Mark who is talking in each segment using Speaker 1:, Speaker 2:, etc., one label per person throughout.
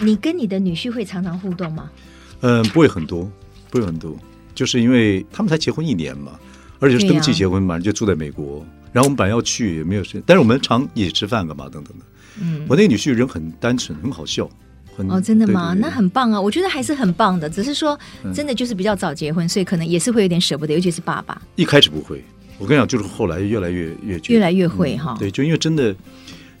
Speaker 1: 你跟你的女婿会常常互动吗？
Speaker 2: 嗯，不会很多，不会很多，就是因为他们才结婚一年嘛，而且是登记
Speaker 1: 对啊
Speaker 2: 结婚嘛，就住在美国。然后我们本来要去也没有事，但是我们常一起吃饭干嘛等等的。
Speaker 1: 嗯，
Speaker 2: 我那女婿人很单纯，很好笑，很
Speaker 1: 哦，真的吗？
Speaker 2: 嗯对对嗯对
Speaker 1: 那很棒啊，我觉得还是很棒的，只是说真的就是比较早结婚，所以可能也是会有点舍不得，尤其是爸爸。
Speaker 2: 一开始不会，我跟你讲，就是后来越来越越觉得
Speaker 1: 越来越会哈
Speaker 2: 嗯对，就因为真的，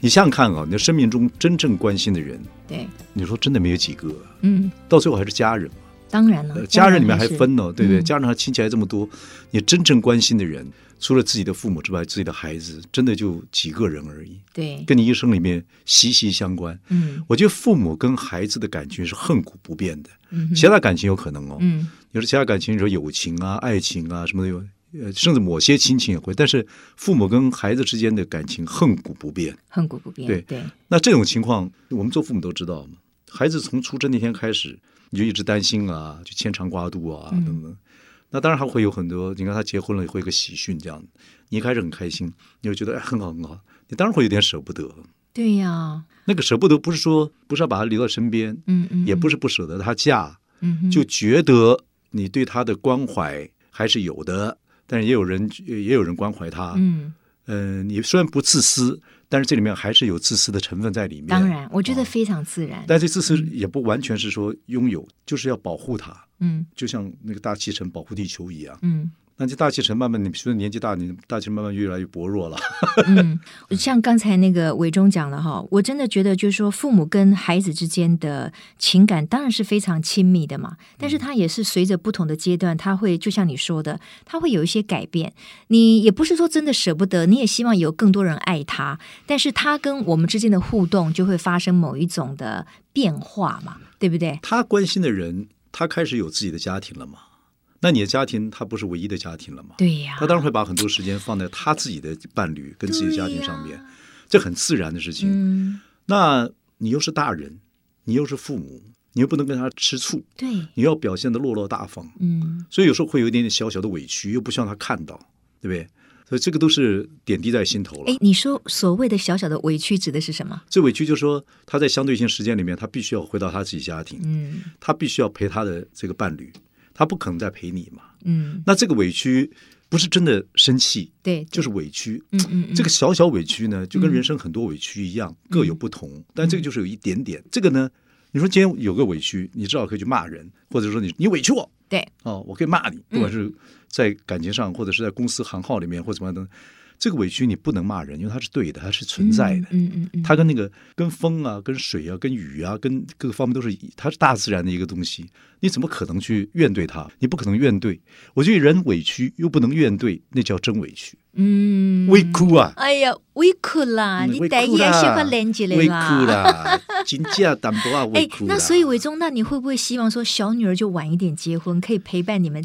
Speaker 2: 你想想看啊，你的生命中真正关心的人，
Speaker 1: 对，
Speaker 2: 你说真的没有几个啊，
Speaker 1: 嗯，
Speaker 2: 到最后还是家人嘛。
Speaker 1: 当然了
Speaker 2: 呃，家人里面还
Speaker 1: 是
Speaker 2: 分呢、对不对？
Speaker 1: 嗯
Speaker 2: 家人还亲戚还这么多，你真正关心的人，除了自己的父母之外，自己的孩子，真的就几个人而已，
Speaker 1: 对，
Speaker 2: 跟你一生里面息息相关。
Speaker 1: 嗯
Speaker 2: 我觉得父母跟孩子的感情是亘古不变的，
Speaker 1: 嗯哼
Speaker 2: 其他感情有可能哦。
Speaker 1: 嗯，
Speaker 2: 有时其他感情，你说友情啊、爱情啊什么的有，呃，甚至某些亲情也会，但是父母跟孩子之间的感情亘古不变。
Speaker 1: 亘古不变，
Speaker 2: 对
Speaker 1: 对，
Speaker 2: 那这种情况，我们做父母都知道嘛。孩子从出生那天开始，你就一直担心啊，就牵肠挂肚啊，
Speaker 1: 嗯
Speaker 2: 等等。那当然还会有很多，你看他结婚了会有个喜讯这样，你一开始很开心，你会觉得哎很好很好，你当然会有点舍不得。
Speaker 1: 对呀、
Speaker 2: 那个舍不得不是说不是要把他留到身边，
Speaker 1: 嗯嗯，
Speaker 2: 也不
Speaker 1: 是，
Speaker 2: 是不舍得他嫁，
Speaker 1: 嗯哼，
Speaker 2: 就觉得你对他的关怀还是有的，但是也有人也有人关怀他。
Speaker 1: 嗯，
Speaker 2: 嗯，你虽然不自私，但是这里面还是有自私的成分在里面。
Speaker 1: 当然，我觉得非常自然，
Speaker 2: 但这自私也不完全是说拥有，就是要保护它，
Speaker 1: 嗯
Speaker 2: 就像那个大气层保护地球一样。
Speaker 1: 嗯
Speaker 2: 那这大气层慢慢，你随着年纪大，你大气层慢慢越来越薄弱了。
Speaker 1: 嗯，像刚才那个伟忠讲了哈，我真的觉得就是说，父母跟孩子之间的情感当然是非常亲密的嘛，但是它也是随着不同的阶段，它会就像你说的，它会有一些改变。你也不是说真的舍不得，你也希望有更多人爱他，但是他跟我们之间的互动就会发生某一种的变化嘛，对不对？
Speaker 2: 他关心的人，他开始有自己的家庭了嘛？那你的家庭，他不是唯一的家庭了嘛？
Speaker 1: 对呀、
Speaker 2: 他当然会把很多时间放在他自己的伴侣跟自己的家庭上
Speaker 1: 对
Speaker 2: 面，这很自然的事情。
Speaker 1: 嗯，
Speaker 2: 那你又是大人，你又是父母，你又不能跟他吃醋，
Speaker 1: 对，
Speaker 2: 你要表现的落落大方。
Speaker 1: 嗯
Speaker 2: 所以有时候会有一点点小小的委屈，又不希望他看到，对不对？所以这个都是点滴在心头了
Speaker 1: 哎。，你说所谓的小小的委屈指的是什么？
Speaker 2: 最委屈就是说，他在相对性时间里面，他必须要回到他自己家庭，
Speaker 1: 嗯
Speaker 2: 他必须要陪他的这个伴侣，他不可能再陪你嘛。
Speaker 1: 嗯，
Speaker 2: 那这个委屈不是真的生气，
Speaker 1: 对，
Speaker 2: 就是委屈。
Speaker 1: 嗯嗯嗯，
Speaker 2: 这个小小委屈呢，就跟人生很多委屈一样，各有不
Speaker 1: 嗯
Speaker 2: 同，但这个就是有一点点。这个呢，你说今天有个委屈，你至少可以去骂人，或者说你你委屈我，
Speaker 1: 对，嗯
Speaker 2: 哦，我可以骂你，不管是在感情上，或者是在公司行号里面，或怎么样的，这个委屈你不能骂人，因为它是对的，它是存在的，
Speaker 1: 嗯嗯嗯，
Speaker 2: 它跟那个跟风啊、跟水啊、跟雨啊、跟各个方面都是一，它是大自然的一个东西，你怎么可能去怨对它？你不可能怨对。我觉得人委屈又不能怨对，那叫真委屈，
Speaker 1: 嗯，
Speaker 2: 微哭啊。
Speaker 1: 哎呀，委屈啦，你
Speaker 2: 委
Speaker 1: 第
Speaker 2: 屈
Speaker 1: 一要
Speaker 2: 嗯啦
Speaker 1: 先发连起来
Speaker 2: 委屈。啦， 金价淡薄啊，委
Speaker 1: 啊哎
Speaker 2: 屈，啦。
Speaker 1: 那所以伟忠，那你会不会希望说小女儿就晚一点结婚，可以陪伴你们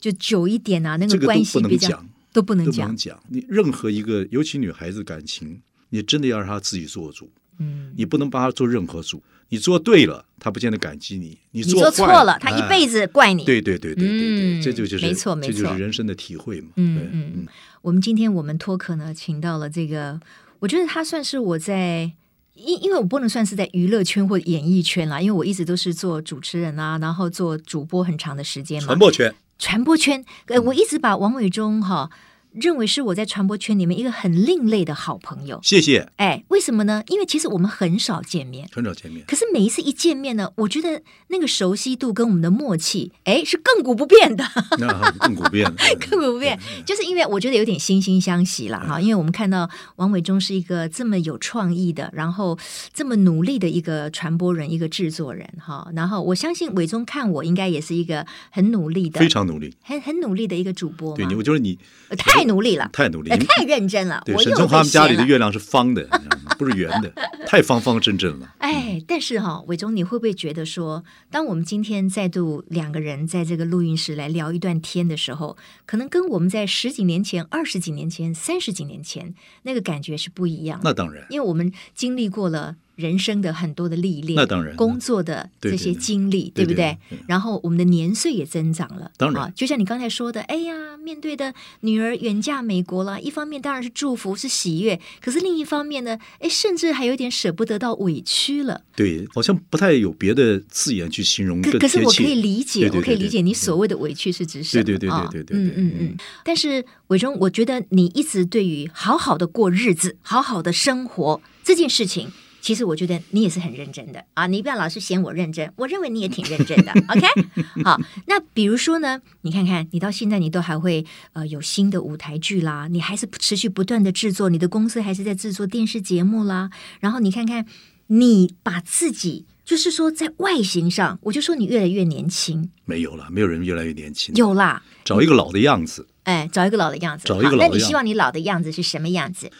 Speaker 1: 就久一点啊？那
Speaker 2: 这个
Speaker 1: 关
Speaker 2: 都
Speaker 1: 系
Speaker 2: 不
Speaker 1: 比
Speaker 2: 能
Speaker 1: 较
Speaker 2: 讲，
Speaker 1: 都不能
Speaker 2: 都不
Speaker 1: 讲，
Speaker 2: 能讲。你任何一个，尤其女孩子感情，你真的要让她自己做主，
Speaker 1: 嗯，
Speaker 2: 你不能帮她做任何主。你做对了，她不见得感激你；
Speaker 1: 你
Speaker 2: 你做
Speaker 1: 做
Speaker 2: 坏
Speaker 1: 错了，她一辈
Speaker 2: 子。
Speaker 1: 子怪你。
Speaker 2: 对对对对对对，
Speaker 1: 嗯
Speaker 2: 这就就是
Speaker 1: 没错没
Speaker 2: 这就
Speaker 1: 错
Speaker 2: 是人生的体会嘛。
Speaker 1: 嗯
Speaker 2: 对
Speaker 1: 嗯我们今天我们脱壳呢，请到了这个，我觉得他算是我在。因因为我不能算是在娱乐圈或演艺圈啦，因为我一直都是做主持人啊，然后做主播很长的时间嘛
Speaker 2: 传。播圈
Speaker 1: 传播圈，
Speaker 2: 嗯
Speaker 1: 呃，我一直把王伟忠哈、认为是我在传播圈里面一个很另类的好朋友。
Speaker 2: 谢谢，
Speaker 1: 哎，为什么呢？因为其实我们很少见面，
Speaker 2: 很少见面。
Speaker 1: 可是每一次一见面呢，我觉得那个熟悉度跟我们的默契，哎，是亘古不变 的。
Speaker 2: 那更古 变了，
Speaker 1: 更不变，就是因为我觉得有点惺惺相惜啦哈，因为我们看到王伟忠是一个这么有创意的，然后这么努力的一个传播人、一个制作人哈，然后我相信伟忠看我应该也是一个很努力的
Speaker 2: 非、常努力。
Speaker 1: 很很努力的一个主播
Speaker 2: 对
Speaker 1: 嘛
Speaker 2: 你，，我觉得你
Speaker 1: 呃太努力了，
Speaker 2: 太努力
Speaker 1: 呃，太认真了，
Speaker 2: 对
Speaker 1: 我
Speaker 2: 沈
Speaker 1: 又
Speaker 2: 从
Speaker 1: 被
Speaker 2: 华他们家里
Speaker 1: 嫌
Speaker 2: 的
Speaker 1: 了。
Speaker 2: 月亮是方的，你知道吗不是圆的，太方方正正了。
Speaker 1: 哎，但是哈、伟忠，你会不会觉得说，当我们今天再度两个人在这个录音室来聊一段天的时候，可能跟我们在十几年前、二十几年前、三十几年前那个感觉是不一样的？
Speaker 2: 那当然，
Speaker 1: 因为我们经历过了人生的很多的历练，
Speaker 2: 那当然
Speaker 1: 工作的
Speaker 2: 对
Speaker 1: 这
Speaker 2: 对
Speaker 1: 些
Speaker 2: 对
Speaker 1: 经历，
Speaker 2: 对
Speaker 1: 不
Speaker 2: 对
Speaker 1: 对？然后我们的年岁也增长了，
Speaker 2: 当然
Speaker 1: 啊，就像你刚才说的，哎呀，面对的女儿远嫁美国了，一方面当然是祝福是喜悦，可是另一方面呢，哎，甚至还有点舍不得到委屈了。
Speaker 2: 对，好像不太有别的字眼去形容更
Speaker 1: 可
Speaker 2: 贴
Speaker 1: 可
Speaker 2: 切。
Speaker 1: 是我可以理解，
Speaker 2: 对对对
Speaker 1: 我可以理解
Speaker 2: 对
Speaker 1: 你
Speaker 2: 对
Speaker 1: 所谓的委屈是指什么？
Speaker 2: 对对对
Speaker 1: 啊
Speaker 2: 对
Speaker 1: 嗯
Speaker 2: 对对对
Speaker 1: 嗯
Speaker 2: 嗯
Speaker 1: 嗯。但是伟忠，我觉得你一直对于好好的过日子、好好的生活这件事情。其实我觉得你也是很认真的啊，你不要老是嫌我认真，我认为你也挺认真 的，OK？好，那比如说呢，你看看你到现在你都还会呃有新的舞台剧啦，你还是持续不断的制作，你的公司还是在制作电视节目啦，然后你看看，你把自己就是说在外形上，我就说你越来越年轻，
Speaker 2: 没有了，没有人越来越年轻，
Speaker 1: 有啦，
Speaker 2: 找一个老的样子。
Speaker 1: 哎，找一个老的样子，
Speaker 2: 找一个
Speaker 1: 好
Speaker 2: 老的
Speaker 1: 那你
Speaker 2: 样
Speaker 1: 希望你老的样子是什么样子？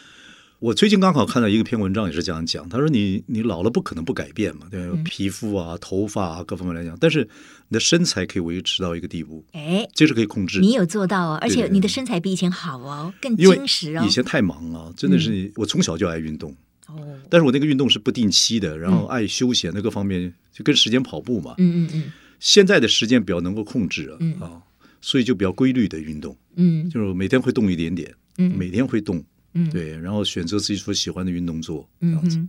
Speaker 2: 我最近刚好看到一个篇文章，也是这样讲。他说你你老了不可能不改变嘛，对
Speaker 1: 嗯
Speaker 2: 吧、皮肤啊、头发啊各方面来讲，但是你的身材可以维持到一个地步，
Speaker 1: 哎，
Speaker 2: 这是可以控制。
Speaker 1: 你有做到哦，而
Speaker 2: 对对
Speaker 1: 且
Speaker 2: 对
Speaker 1: 你的身材比以前好哦，更
Speaker 2: 因为
Speaker 1: 精嗯实哦
Speaker 2: 以。前太忙了，真的是、我从小就爱运动，
Speaker 1: 哦，
Speaker 2: 但是我那个运动是不定期的，然后爱休闲的各方面就跟时间跑步嘛。
Speaker 1: 嗯嗯嗯
Speaker 2: 现在的时间比较能够控制了、
Speaker 1: 嗯
Speaker 2: 啊，所以就比较规律的运动，
Speaker 1: 嗯
Speaker 2: 就是每天会动一点点，
Speaker 1: 嗯
Speaker 2: 每天会动，
Speaker 1: 嗯，
Speaker 2: 对，然后选择自己所喜欢的运动做，这
Speaker 1: 嗯
Speaker 2: 样子。
Speaker 1: 哼，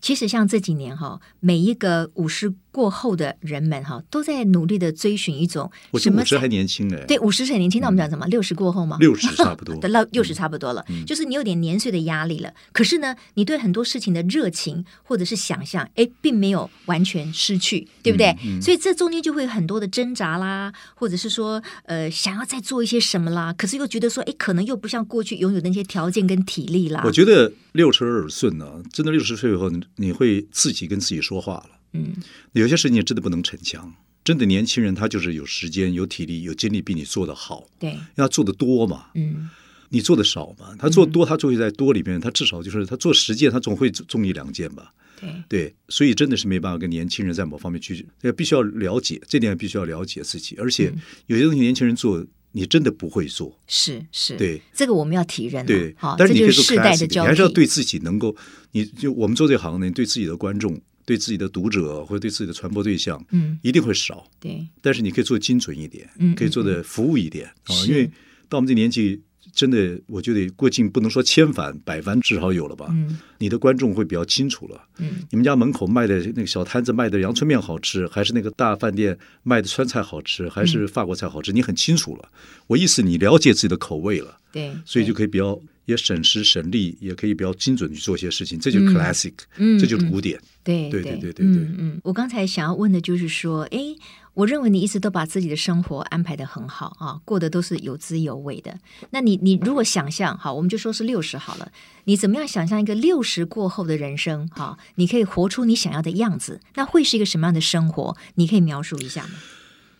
Speaker 1: 其实像这几年哈、每一个五十过后的人们哈、都在努力的追寻一种
Speaker 2: 我觉
Speaker 1: 什
Speaker 2: 得
Speaker 1: 么
Speaker 2: 五十
Speaker 1: 才
Speaker 2: 还嗯年轻哎，
Speaker 1: 对五十很年轻，那我们讲什么？六十过后吗？
Speaker 2: 六十差不多。嗯
Speaker 1: 对，到六十差不多了，就是你有点年岁的压力了。可是呢，你对很多事情的热情或者是想象，哎，并没有完全失去，对不对？
Speaker 2: 嗯
Speaker 1: 所以这中间就会有很多的挣扎啦，或者是说，呃，想要再做一些什么啦，可是又觉得说，哎，可能又不像过去拥有的那些条件跟体力啦
Speaker 2: 我。觉得六十而顺呢、真的六十岁以后，你你会自己跟自己说话了。
Speaker 1: 嗯，
Speaker 2: 有些事情真的不能逞强。真的年轻人，他就是有时间、有体力、有精力比你做得好，
Speaker 1: 对，
Speaker 2: 因为他做得多嘛，
Speaker 1: 嗯，
Speaker 2: 你做得少嘛。他做多，他就会在多里面，他至少就是他做十件，他总会中一两件吧。
Speaker 1: 对，
Speaker 2: 对，所以真的是没办法跟年轻人在某方面去，要必须要了解这点，必须要了解自己。而且有些东西年轻人做，你真的不会做。
Speaker 1: 是是，
Speaker 2: 对，
Speaker 1: 这个我们要体认了
Speaker 2: 对，
Speaker 1: 好，
Speaker 2: 但
Speaker 1: 这
Speaker 2: 是你
Speaker 1: 就
Speaker 2: 可以
Speaker 1: 是
Speaker 2: 做
Speaker 1: 世代的
Speaker 2: classic，你
Speaker 1: 交
Speaker 2: 还是要
Speaker 1: 替。
Speaker 2: 对自己能够，你就我们做这行的，你对自己的观众、对自己的读者或者对自己的传播对象，
Speaker 1: 嗯，
Speaker 2: 一定会少，
Speaker 1: 对，
Speaker 2: 但是你可以做精准一点，
Speaker 1: 嗯
Speaker 2: 可以做的服务一点啊，
Speaker 1: 是
Speaker 2: 因为到我们这年纪。真的，我觉得过境不能说千帆，百帆至少有了吧。
Speaker 1: 嗯
Speaker 2: 你的观众会比较清楚了。
Speaker 1: 嗯，
Speaker 2: 你们家门口卖的那个小摊子卖的阳春面好吃，还是那个大饭店卖的川菜好吃，还是法国菜好吃？你很清楚了。我意思，你了解自己的口味了。
Speaker 1: 对，
Speaker 2: 所以就
Speaker 1: 对
Speaker 2: 可以比较也省时省力，也可以比较精准地去做一些事情，这就是
Speaker 1: 嗯
Speaker 2: classic，、
Speaker 1: 嗯
Speaker 2: 这就是古典。
Speaker 1: 对
Speaker 2: 对
Speaker 1: 对
Speaker 2: 对对对对
Speaker 1: 嗯嗯，我刚才想要问的就是说，诶，我认为你一直都把自己的生活安排的很好啊，过得都是有滋有味的。那你你如果想象好，我们就说是六十好了，你怎么样想象一个六十过后的人生哈、你可以活出你想要的样子，那会是一个什么样的生活？你可以描述一下吗？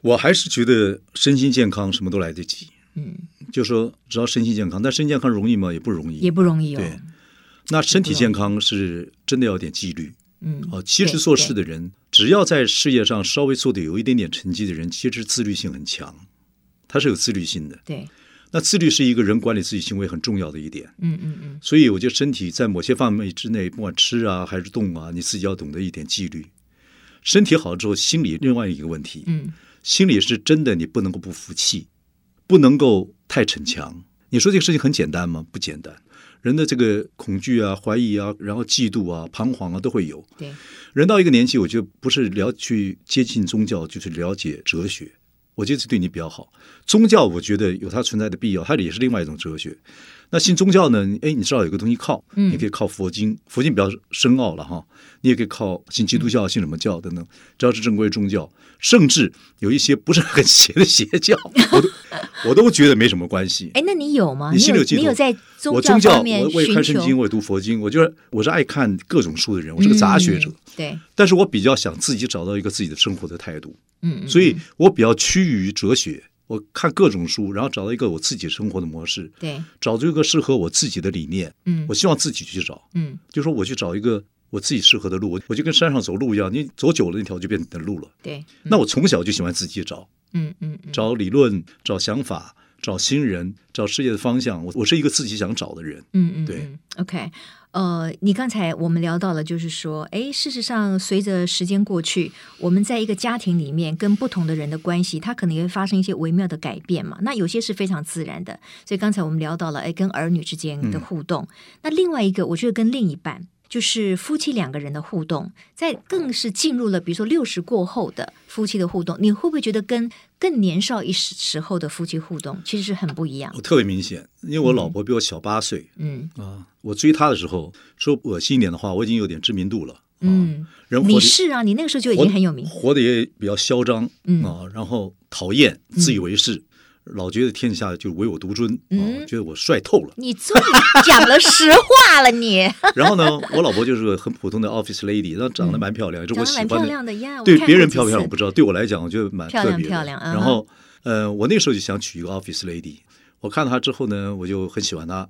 Speaker 2: 我还是觉得身心健康什么都来得及，
Speaker 1: 嗯，
Speaker 2: 就说只要身心健康，但身心健康容易吗？也不容易。
Speaker 1: 也不容易哦。
Speaker 2: 对那身体健康是真的要点纪律
Speaker 1: 嗯，
Speaker 2: 啊。其实
Speaker 1: 对
Speaker 2: 做事的人，只要在事业上稍微做的有一点点成绩的人，其实自律性很强，他是有自律性的。
Speaker 1: 对，
Speaker 2: 那自律是一个人管理自己行为很重要的一点。
Speaker 1: 嗯嗯嗯，
Speaker 2: 所以我觉得身体在某些范围之内，不管吃啊还是动啊，你自己要懂得一点纪律。身体好了之后，心理另外一个问题，
Speaker 1: 嗯，
Speaker 2: 心理是真的你不能够不服气，不能够太逞强。你说这个事情很简单吗？不简单。人的这个恐惧啊、怀疑啊，然后嫉妒啊、彷徨啊都会有。
Speaker 1: 对，
Speaker 2: 人到一个年纪，我觉得不是了去接近宗教，就是了解哲学。我觉得这对你比较好。宗教我觉得有它存在的必要，它也是另外一种哲学。那信宗教呢？你哎，你知道有个东西靠，
Speaker 1: 嗯
Speaker 2: 你可以靠佛经，佛经比较深奥了哈。你也可以靠信基督教、
Speaker 1: 嗯
Speaker 2: 信什么教等等，只要是正规宗教，甚至有一些不是很邪的邪 教，我都我都觉得没什么关系。
Speaker 1: 哎，那你有吗？
Speaker 2: 你
Speaker 1: 你
Speaker 2: 心里
Speaker 1: 有
Speaker 2: 有寄
Speaker 1: 你有
Speaker 2: 托
Speaker 1: 在
Speaker 2: 我
Speaker 1: 教方
Speaker 2: 宗教，
Speaker 1: 面
Speaker 2: 我我也
Speaker 1: 寻
Speaker 2: 看圣
Speaker 1: 求？
Speaker 2: 经，我也读佛经，我就是我是爱看各种书的人，我是个杂学者。
Speaker 1: 嗯对，
Speaker 2: 但是我比较想自己找到一个自己的生活的态度，
Speaker 1: 嗯嗯，
Speaker 2: 所以我比较趋于哲学。我看各种书，然后找到一个我自己生活的模式，
Speaker 1: 对，
Speaker 2: 找出一个适合我自己的理念。
Speaker 1: 嗯
Speaker 2: 我希望自己去找，
Speaker 1: 嗯，
Speaker 2: 就说我去找一个我自己适合的路，我就跟山上走路一样，你走久了那条就变你的路了。
Speaker 1: 对，
Speaker 2: 那我从小就喜欢自己找，
Speaker 1: 嗯嗯嗯嗯。
Speaker 2: 找理论，找想法，找新人，找事业的方向。我我是一个自己想找的人，
Speaker 1: 嗯嗯，
Speaker 2: 对
Speaker 1: 嗯，OK。呃，你刚才我们聊到了，就是说，诶，事实上，随着时间过去，我们在一个家庭里面跟不同的人的关系，它可能也会发生一些微妙的改变嘛。那有些是非常自然的，所以刚才我们聊到了，诶，跟儿女之间的互动。那另外一个，我觉得跟另一半，就是夫妻两个人的互动，在更是进入了比如说六十过后的夫妻的互动，你会不会觉得跟更年少一时时候的夫妻互动其实是很不一样？
Speaker 2: 我特别明显，因为我老婆比我小八岁
Speaker 1: 嗯
Speaker 2: 啊。我追她的时候，说恶心一点的话，我已经有点知名度了。啊，
Speaker 1: 嗯，
Speaker 2: 人活
Speaker 1: 你
Speaker 2: 得
Speaker 1: 是啊，你那个时候就已
Speaker 2: 活
Speaker 1: 经很有 名。
Speaker 2: 活得也比较嚣张，
Speaker 1: 嗯
Speaker 2: 啊，然后讨厌、自以为是，老觉得天下就唯我独尊，
Speaker 1: 嗯。
Speaker 2: 啊，觉得我帅透了
Speaker 1: 你终于讲了实话了你，
Speaker 2: 然后呢，我老婆就是个很普通的 office lady，那长得蛮漂亮，也是
Speaker 1: 嗯长
Speaker 2: 我
Speaker 1: 得
Speaker 2: 喜
Speaker 1: 蛮
Speaker 2: 欢
Speaker 1: 漂亮的呀。
Speaker 2: 对
Speaker 1: 我看过
Speaker 2: 别人
Speaker 1: 几
Speaker 2: 漂不漂亮
Speaker 1: 次
Speaker 2: 我不知道，对我来讲，我觉得蛮
Speaker 1: 漂
Speaker 2: 特
Speaker 1: 亮
Speaker 2: 别的。
Speaker 1: 漂亮嗯哼
Speaker 2: 然后，呃，我那时候就想娶一个 office lady。我看到她之后呢，我就很喜欢她。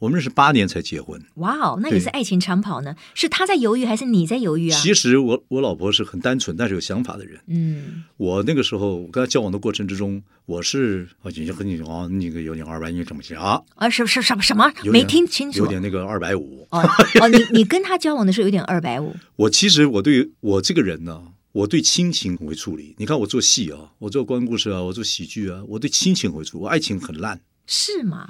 Speaker 2: 我们认识八年才结婚。
Speaker 1: 哇哦，那也是
Speaker 2: 对
Speaker 1: 爱情长跑呢？是他在犹豫还是你在犹豫啊？
Speaker 2: 其实我我老婆是很单纯，但是有想法的人。
Speaker 1: 嗯
Speaker 2: 我那个时候跟她交往的过程之中，我是啊，你和你啊，那个有点二百，你怎么行啊？
Speaker 1: 啊，什什什么什么
Speaker 2: 有
Speaker 1: 没
Speaker 2: 点
Speaker 1: 听清楚
Speaker 2: 有？点那个二百五。
Speaker 1: 哦哦，你 你跟他交往的时候有点二百五，
Speaker 2: 我其实我对我这个人呢，我对亲情很会处理。你看我做戏啊，我做官故事啊，我做喜剧啊，我对亲情很会处理，我爱情很烂。
Speaker 1: 是吗？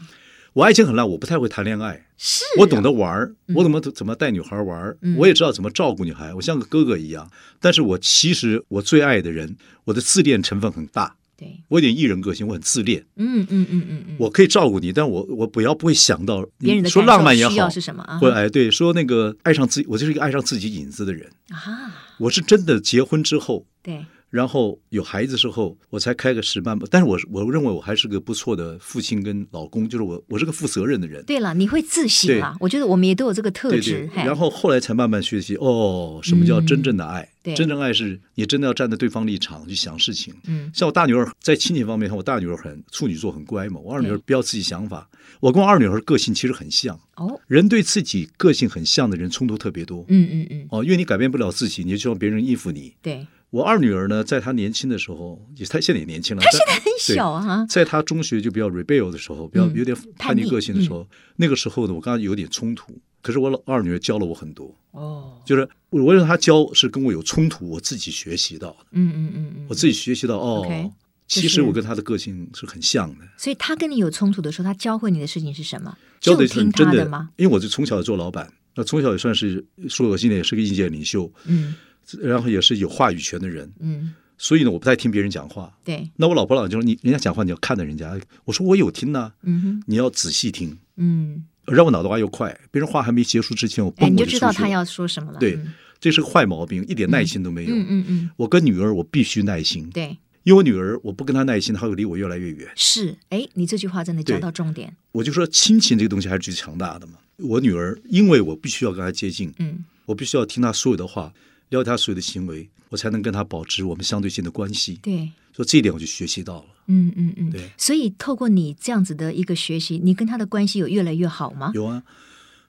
Speaker 2: 我爱情很烂，我不太会谈恋爱，
Speaker 1: 是啊
Speaker 2: 我懂得玩儿，我懂得怎么带女孩玩儿，
Speaker 1: 嗯
Speaker 2: 我也知道怎么照顾女孩，我像个哥哥一样。但是我其实我最爱的人，我的自恋成分很大，
Speaker 1: 对，
Speaker 2: 我有点艺人个性，我很自恋，
Speaker 1: 嗯嗯嗯嗯嗯，
Speaker 2: 我可以照顾你，但我我不要不会想到
Speaker 1: 别人的
Speaker 2: 你说
Speaker 1: 感受
Speaker 2: 浪漫也
Speaker 1: 需要
Speaker 2: 好，
Speaker 1: 是什么啊？
Speaker 2: 或者哎对，说那个爱上自己，我就是一个爱上自己影子的人。
Speaker 1: 啊，
Speaker 2: 我是真的结婚之后，
Speaker 1: 对，
Speaker 2: 然后有孩子之后，我才开个十万吧。但是我我认为我还是个不错的父亲跟老公，就是我我是个负责任的人。
Speaker 1: 对了，你会自省啦。我觉得我们也都有这个特
Speaker 2: 对
Speaker 1: 质
Speaker 2: 对，，
Speaker 1: 嘿
Speaker 2: 然后后来才慢慢学习哦，什么叫
Speaker 1: 嗯
Speaker 2: 真正的爱？
Speaker 1: 对
Speaker 2: 真正爱是你真的要站在对方立场去想事情。
Speaker 1: 嗯
Speaker 2: 像我大女儿在亲情方面，我大女儿很处女座，很乖嘛。我二女儿
Speaker 1: 对
Speaker 2: 不要自己想法，我跟我二女儿个性其实很像。
Speaker 1: 哦，
Speaker 2: 人对自己个性很像的人冲突特别多
Speaker 1: 嗯嗯嗯，
Speaker 2: 哦，因为你改变不了自己，你就让别人应付你。
Speaker 1: 对，
Speaker 2: 我二女儿呢，在她年轻的时候，也她现在也年轻了，她现在很
Speaker 1: 很小啊，
Speaker 2: 在她中学就比较 rebel 的时候，比较
Speaker 1: 嗯
Speaker 2: 有点
Speaker 1: 叛
Speaker 2: 叛
Speaker 1: 逆嗯
Speaker 2: 逆个性的时候，那个时候呢，我跟她有点冲突。可是我老二女儿教了我很多，
Speaker 1: 哦，
Speaker 2: 就是我我让她教是跟我有冲突，我自己学习到的，
Speaker 1: 嗯嗯嗯嗯，
Speaker 2: 我自己学习到哦
Speaker 1: OK，
Speaker 2: 其
Speaker 1: 就是
Speaker 2: 实我跟她的个性是很像的，
Speaker 1: 所以他跟你有冲突的时候，他教会你的事情是什么？
Speaker 2: 教
Speaker 1: 就
Speaker 2: 的是
Speaker 1: 听
Speaker 2: 很真
Speaker 1: 他
Speaker 2: 的
Speaker 1: 吗？？
Speaker 2: 因为我是从小做老板，那从小也算是说恶心点，也是个意见领袖，
Speaker 1: 嗯
Speaker 2: 然后也是有话语权的人，
Speaker 1: 嗯，
Speaker 2: 所以呢，我不太听别人讲话。
Speaker 1: 对，
Speaker 2: 那我老婆老就说你人家讲话你要看着人家，我说我有听呐、
Speaker 1: 嗯哼，
Speaker 2: 你要仔细听，
Speaker 1: 嗯，
Speaker 2: 让我脑袋瓜又快，别人话还没结束之前，我
Speaker 1: 哎，
Speaker 2: 蹦
Speaker 1: 你
Speaker 2: 我
Speaker 1: 就
Speaker 2: 出
Speaker 1: 知
Speaker 2: 去
Speaker 1: 道他
Speaker 2: 了
Speaker 1: 要说什么了。
Speaker 2: 对
Speaker 1: 嗯，
Speaker 2: 这是个坏毛病，一点耐心都没有。
Speaker 1: 嗯嗯嗯，
Speaker 2: 我跟女儿我必须耐心，
Speaker 1: 对，
Speaker 2: 因为我女儿我不跟她耐心，她会离我越来越远。
Speaker 1: 是，哎，你这句话真的讲
Speaker 2: 对
Speaker 1: 到重点。
Speaker 2: 我就说亲情这个东西还是最强大的嘛。我女儿因为我必须要跟她接近，
Speaker 1: 嗯，
Speaker 2: 我必须要听她所有的话，了解她所有的行为，我才能跟她保持我们相对性的关系。
Speaker 1: 对，
Speaker 2: 所以这一点我就学习到了。
Speaker 1: 嗯嗯嗯，
Speaker 2: 对
Speaker 1: 所以透过你这样子的一个学习，你跟他的关系有越来越好吗？
Speaker 2: 有啊，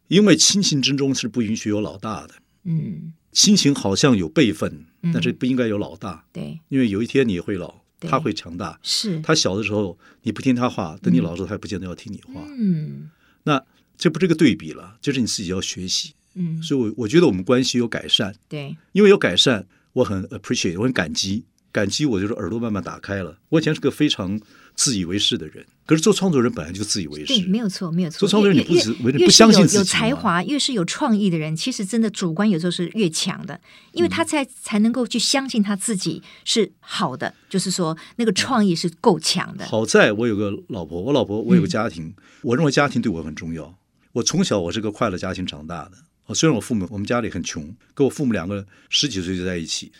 Speaker 2: 因为亲情之中是不允许有老大的，
Speaker 1: 嗯，
Speaker 2: 亲情好像有辈分
Speaker 1: 嗯，
Speaker 2: 但是不应该有老大，
Speaker 1: 对，
Speaker 2: 因为有一天你也会老，
Speaker 1: 对
Speaker 2: 他会强大。
Speaker 1: 是，
Speaker 2: 他小的时候你不听他话，等你老的时候他也不见得要听你话。
Speaker 1: 嗯
Speaker 2: 那这不是个对比了，就是你自己要学习。
Speaker 1: 嗯，
Speaker 2: 所以我，我觉得我们关系有改善，
Speaker 1: 对，
Speaker 2: 因为有改善，我很 appreciate，我很感激。感激我就是耳朵慢慢打开了。我以前是个非常自以为是的人，可是做创作人本来就自以为
Speaker 1: 对，
Speaker 2: 是。
Speaker 1: 没有错，没有错。
Speaker 2: 做创作人
Speaker 1: 越
Speaker 2: 你不
Speaker 1: 越
Speaker 2: 只为了
Speaker 1: 越是
Speaker 2: 不相信
Speaker 1: 有
Speaker 2: 自己
Speaker 1: 有
Speaker 2: 嘛
Speaker 1: 才华，越是有创意的人，其实真的主观有时候是越强的，因为
Speaker 2: 嗯
Speaker 1: 他才、才能够去相信他自己是好的，就是说那个创意是够强的。
Speaker 2: 好在我有个老婆，我老婆我有个
Speaker 1: 嗯
Speaker 2: 家庭，我认为家庭对我很重要。我从小我是个快乐家庭长大的，哦虽然我父母我们家里很穷，跟我父母两个十几岁就在一起，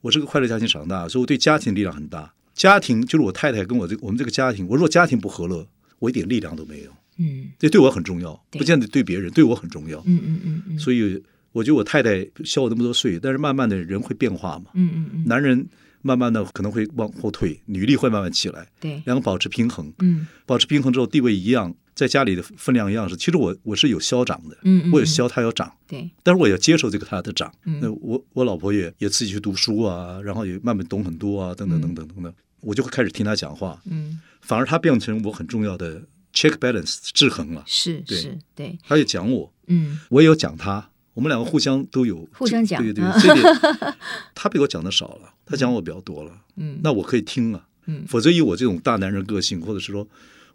Speaker 2: 我是个快乐家庭长大的，所以我对家庭力量很大。家庭就是我太太跟我这我们这个家庭，我如果家庭不和乐，我一点力量都没有，
Speaker 1: 嗯
Speaker 2: 这对我很重要，
Speaker 1: 对
Speaker 2: 不见得对别人，对我很重要。
Speaker 1: 嗯嗯嗯嗯
Speaker 2: 所以我觉得我太太小我那么多岁，但是慢慢的人会变化嘛，
Speaker 1: 嗯嗯嗯，
Speaker 2: 男人慢慢的可能会往后退，女力会慢慢起来，
Speaker 1: 对，
Speaker 2: 两个保持平衡。
Speaker 1: 嗯
Speaker 2: 保持平衡之后，地位一样，在家里的分量一样是。其实我我是有消长的，
Speaker 1: 嗯嗯
Speaker 2: 我有消，他要长，
Speaker 1: 对，
Speaker 2: 但是我也接受这个他的长。
Speaker 1: 嗯
Speaker 2: 那我我老婆也也自己去读书啊，然后也慢慢懂很多啊，等等等等等等。我就会开始听他讲话，
Speaker 1: 嗯，
Speaker 2: 反而他变成我很重要的 check balance 制衡了。
Speaker 1: 是
Speaker 2: 对
Speaker 1: 是，对，
Speaker 2: 他也讲我，
Speaker 1: 嗯
Speaker 2: 我也有讲他，我们两个互相都有
Speaker 1: 互相讲
Speaker 2: 对对
Speaker 1: 嗯
Speaker 2: 对，这点他比我讲的少了，他讲我比较多了，
Speaker 1: 嗯
Speaker 2: 那我可以听啊，
Speaker 1: 嗯
Speaker 2: 否则以我这种大男人个性，或者是说，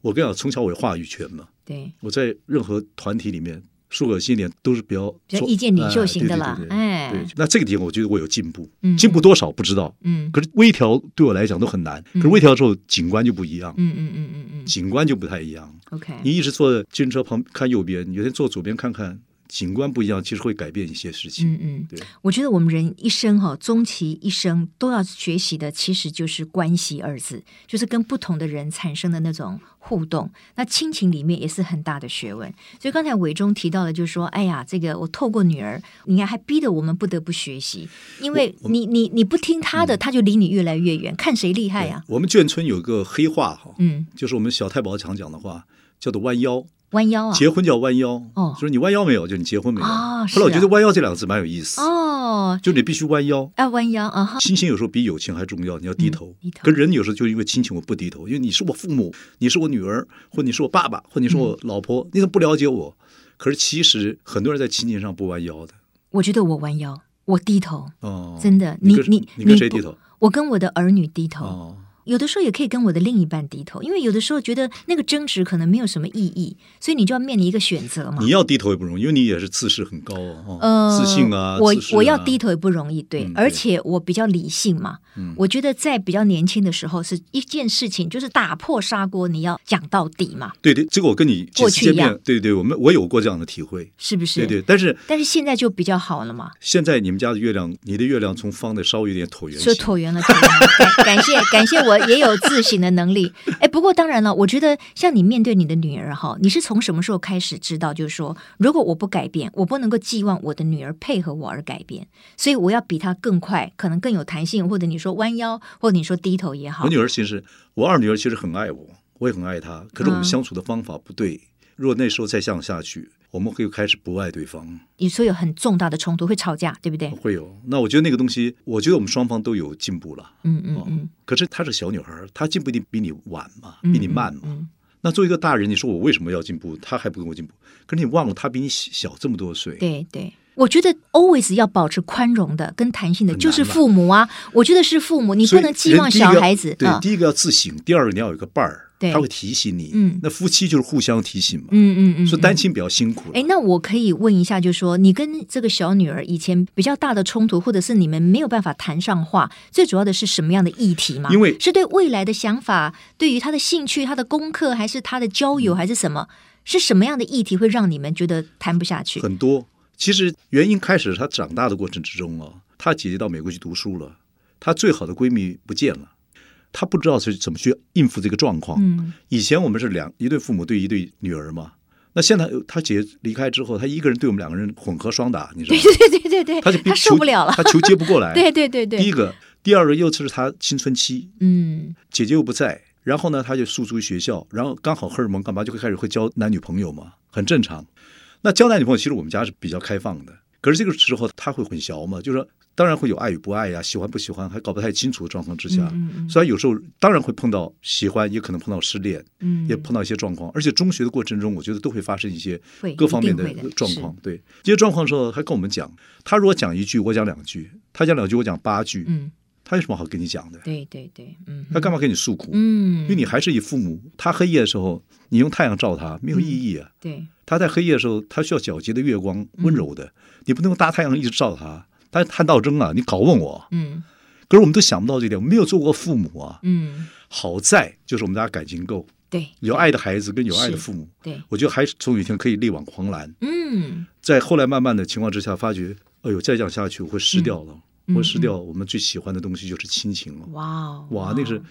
Speaker 2: 我跟你讲，从小我有话语权嘛，
Speaker 1: 对，
Speaker 2: 我在任何团体里面，恕我心里面都是比较
Speaker 1: 比较
Speaker 2: 说
Speaker 1: 意见领袖
Speaker 2: 哎
Speaker 1: 型的
Speaker 2: 对
Speaker 1: 啦
Speaker 2: 对对，对
Speaker 1: 哎，
Speaker 2: 对，那这个点我觉得我有进步
Speaker 1: 嗯，
Speaker 2: 进步多少不知道，
Speaker 1: 嗯
Speaker 2: 可是微调对我来讲都很难，可是微调之后景观就不一样，
Speaker 1: 嗯嗯嗯嗯嗯
Speaker 2: 景观就不太一样。
Speaker 1: ，OK，
Speaker 2: 你一直坐军车旁看右边，你有天坐左边看看，景观不一样，其实会改变一些事情。
Speaker 1: 嗯嗯
Speaker 2: 对，
Speaker 1: 我觉得我们人一生哈，终其一生都要学习的，其实就是关系二字，就是跟不同的人产生的那种互动。那亲情里面也是很大的学问。所以刚才伟忠提到的，就是说，哎呀，这个我透过女儿，你看还逼得我们不得不学习，因为你你你不听他
Speaker 2: 嗯
Speaker 1: 的，他就离你越来越远，看谁厉害哎呀、
Speaker 2: 我们眷村有个黑话哈，
Speaker 1: 嗯，
Speaker 2: 就是我们小太保常讲的话，叫做弯腰。
Speaker 1: 弯腰啊，
Speaker 2: 结婚叫弯腰，
Speaker 1: 哦
Speaker 2: 就是你弯腰没有，就是你结婚没有。
Speaker 1: 啊是啊
Speaker 2: 后来我觉得弯腰这两个字蛮有意思，
Speaker 1: 哦，
Speaker 2: 就你必须弯腰。
Speaker 1: 要弯腰啊哈，
Speaker 2: 亲情有时候比友情还重要，你要低头。
Speaker 1: 嗯低头
Speaker 2: 可人有时候就因为亲情我不低头，因为你是我父母，你是我女儿，或你是我爸爸，或你是
Speaker 1: 嗯
Speaker 2: 我老婆，你怎么不了解我？可是其实很多人在亲情上不弯腰的
Speaker 1: 我觉得我弯腰，我低头，
Speaker 2: 哦，
Speaker 1: 真的，
Speaker 2: 你跟
Speaker 1: 你
Speaker 2: 你跟谁
Speaker 1: 不
Speaker 2: 低头？
Speaker 1: 我跟我的儿女低头。
Speaker 2: 哦，
Speaker 1: 有的时候也可以跟我的另一半低头，因为有的时候觉得那个争执可能没有什么意义，所以你就要面临一个选择嘛呃
Speaker 2: 你。要低头也不容易，因为你也是自视很高啊，哦自信啊，
Speaker 1: 我
Speaker 2: 自视啊
Speaker 1: 我要低头也不容易，对，
Speaker 2: 嗯对嗯
Speaker 1: 而且我比较理性嘛。我觉得在比较年轻的时候，是一件事情，就是打破砂锅，你要讲到底嘛，
Speaker 2: 对对，这个我跟你几
Speaker 1: 过
Speaker 2: 次
Speaker 1: 去
Speaker 2: 见
Speaker 1: 一样
Speaker 2: 面，对对，我们我有过这样的体会，
Speaker 1: 是不是？
Speaker 2: 对对，但是。
Speaker 1: 但是现在就比较好了嘛，
Speaker 2: 现在你们家的月亮，你的月亮从方的稍微有点椭圆
Speaker 1: 就
Speaker 2: 形，
Speaker 1: 椭圆了。椭圆了 感感谢感谢，我也有自省的能力。哎，不过当然了，我觉得像你面对你的女儿哈，你是从什么时候开始知道，就是说，如果我不改变，我不能够寄望我的女儿配合我而改变，所以我要比她更快，可能更有弹性，或者你说弯腰，或者你说低头也好
Speaker 2: 我。女儿其实，我二女儿其实很爱我，我也很爱她，可是我们相处的方法不对。如果那时候再这样下去，我们会开始不爱对方，
Speaker 1: 你说有很重大的冲突会吵架，对不对？
Speaker 2: 会有。那我觉得那个东西，我觉得我们双方都有进步了。
Speaker 1: 嗯嗯嗯
Speaker 2: 可是她是小女孩儿，她进步一定比你晚嘛，
Speaker 1: 嗯，
Speaker 2: 比你慢嘛。
Speaker 1: 嗯
Speaker 2: 那作为一个大人，你说我为什么要进步？她还不跟我进步。可是你忘了，她比你小这么多岁。
Speaker 1: 对对，我觉得 always 要保持宽容的跟弹性的，
Speaker 2: 很难
Speaker 1: 就是
Speaker 2: 吧
Speaker 1: 父母啊。我觉得是父母，你
Speaker 2: 所
Speaker 1: 不
Speaker 2: 以
Speaker 1: 能
Speaker 2: 人
Speaker 1: 寄望
Speaker 2: 第一个
Speaker 1: 小
Speaker 2: 要
Speaker 1: 孩子
Speaker 2: 对
Speaker 1: 啊，。
Speaker 2: 第一个要自省，第二个你要有一个伴儿，
Speaker 1: 对
Speaker 2: 他会提醒你。
Speaker 1: 嗯
Speaker 2: 那夫妻就是互相提醒嘛。
Speaker 1: 嗯嗯嗯，
Speaker 2: 所以
Speaker 1: 嗯
Speaker 2: 单亲比较辛苦了。
Speaker 1: 哎，那我可以问一下，就说你跟这个小女儿以前比较大的冲突，或者是你们没有办法谈上话，最主要的是什么样的议题吗？
Speaker 2: 因为
Speaker 1: 是对未来的想法，对于她的兴趣、她的功
Speaker 2: 嗯
Speaker 1: 课，还是她的交友，还是什么？是什么样的议题会让你们觉得谈不下去？
Speaker 2: 很多。其实原因开始她长大的过程之中啊，她姐姐到美国去读书了，她最好的闺蜜不见了，她不知道是怎么去应付这个状况。
Speaker 1: 嗯
Speaker 2: 以前我们是两一对父母对一对女儿嘛，那现在呃她姐姐离开之后，她一个人对我们两个人混合 双打，你知道吗？
Speaker 1: 对对对对
Speaker 2: 她
Speaker 1: 对，
Speaker 2: 就
Speaker 1: 她受不了了。
Speaker 2: 她球接不过 来。
Speaker 1: 对对对
Speaker 2: 第
Speaker 1: 对，
Speaker 2: 一个，第二个又是她青春期，
Speaker 1: 嗯
Speaker 2: 姐姐又不在，然后呢，她就诉诸于学校，然后刚好荷尔蒙干嘛就会开始会交男女朋友嘛，很正常。那交男女朋友，其实我们家是比较开放的，可是这个时候她会混淆嘛，就是说当然会有爱与不爱呀、喜欢不喜欢，还搞不太清楚的状况之下。
Speaker 1: 嗯嗯
Speaker 2: 虽然有时候当然会碰到喜欢，也可能碰到失恋，
Speaker 1: 嗯，
Speaker 2: 也碰到一些状况，而且中学的过程中，我觉得都会发生一些
Speaker 1: 会
Speaker 2: 各方面呃
Speaker 1: 一定会的
Speaker 2: 状况。对这些状况的时候，他跟我们讲，他如果讲一句，我讲两句；他讲两句，我讲八句。
Speaker 1: 嗯，
Speaker 2: 他有什么好跟你讲的？
Speaker 1: 对对对，嗯，
Speaker 2: 他干嘛跟你诉苦？
Speaker 1: 嗯，
Speaker 2: 因为你还是以父母，他黑夜的时候，你用太阳照他没有意义啊。
Speaker 1: 对
Speaker 2: 他在黑夜的时候，他需要皎洁的月光，温柔
Speaker 1: 嗯
Speaker 2: 的，你不能用大太阳一直照他，他探到争啊，你搞问我。
Speaker 1: 嗯
Speaker 2: 可是我们都想不到这一点，我们没有做过父母啊。
Speaker 1: 嗯
Speaker 2: 好在就是我们大家感情够，
Speaker 1: 对
Speaker 2: 有爱的孩子跟有爱的
Speaker 1: 是
Speaker 2: 父母，
Speaker 1: 对，
Speaker 2: 我觉得还是总有一天可以力挽狂澜。
Speaker 1: 嗯
Speaker 2: 在后来慢慢的情况之下，发觉，哎呦，再这样下去我会失掉了，
Speaker 1: 嗯
Speaker 2: 会失掉我们最喜欢的东西就是亲情了。
Speaker 1: 哇哦
Speaker 2: 哇，那
Speaker 1: 哦
Speaker 2: 是，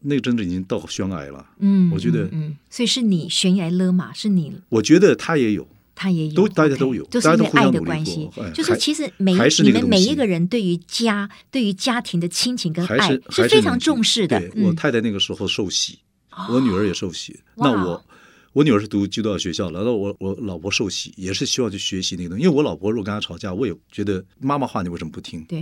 Speaker 2: 那个真的已经到悬崖了。
Speaker 1: 嗯，
Speaker 2: 我觉得
Speaker 1: 嗯，嗯所以是你悬崖勒马，是你
Speaker 2: 我觉得他也有，
Speaker 1: 他也有，
Speaker 2: 都大家
Speaker 1: OK，
Speaker 2: 都有
Speaker 1: 就是
Speaker 2: 大家
Speaker 1: 因为
Speaker 2: 都互相
Speaker 1: 爱的
Speaker 2: 努力
Speaker 1: 关
Speaker 2: 过
Speaker 1: 系，
Speaker 2: 哎
Speaker 1: 就是
Speaker 2: 还
Speaker 1: 其实每
Speaker 2: 还是
Speaker 1: 你
Speaker 2: 那个
Speaker 1: 们
Speaker 2: 东
Speaker 1: 每
Speaker 2: 西
Speaker 1: 一个人对于家、对于家庭的亲情跟
Speaker 2: 还
Speaker 1: 爱
Speaker 2: 是还是
Speaker 1: 非
Speaker 2: 那
Speaker 1: 常
Speaker 2: 个
Speaker 1: 重视的
Speaker 2: 对。我
Speaker 1: 嗯，哦
Speaker 2: 太太那个时候受洗，我女儿也受洗。
Speaker 1: 哇
Speaker 2: 那我我女儿是读基督教学校的，然后我我老婆受洗，也是希望去学习那个东西。因为我老婆如果跟她吵架，我也觉得妈妈话你为什么不听？
Speaker 1: 对，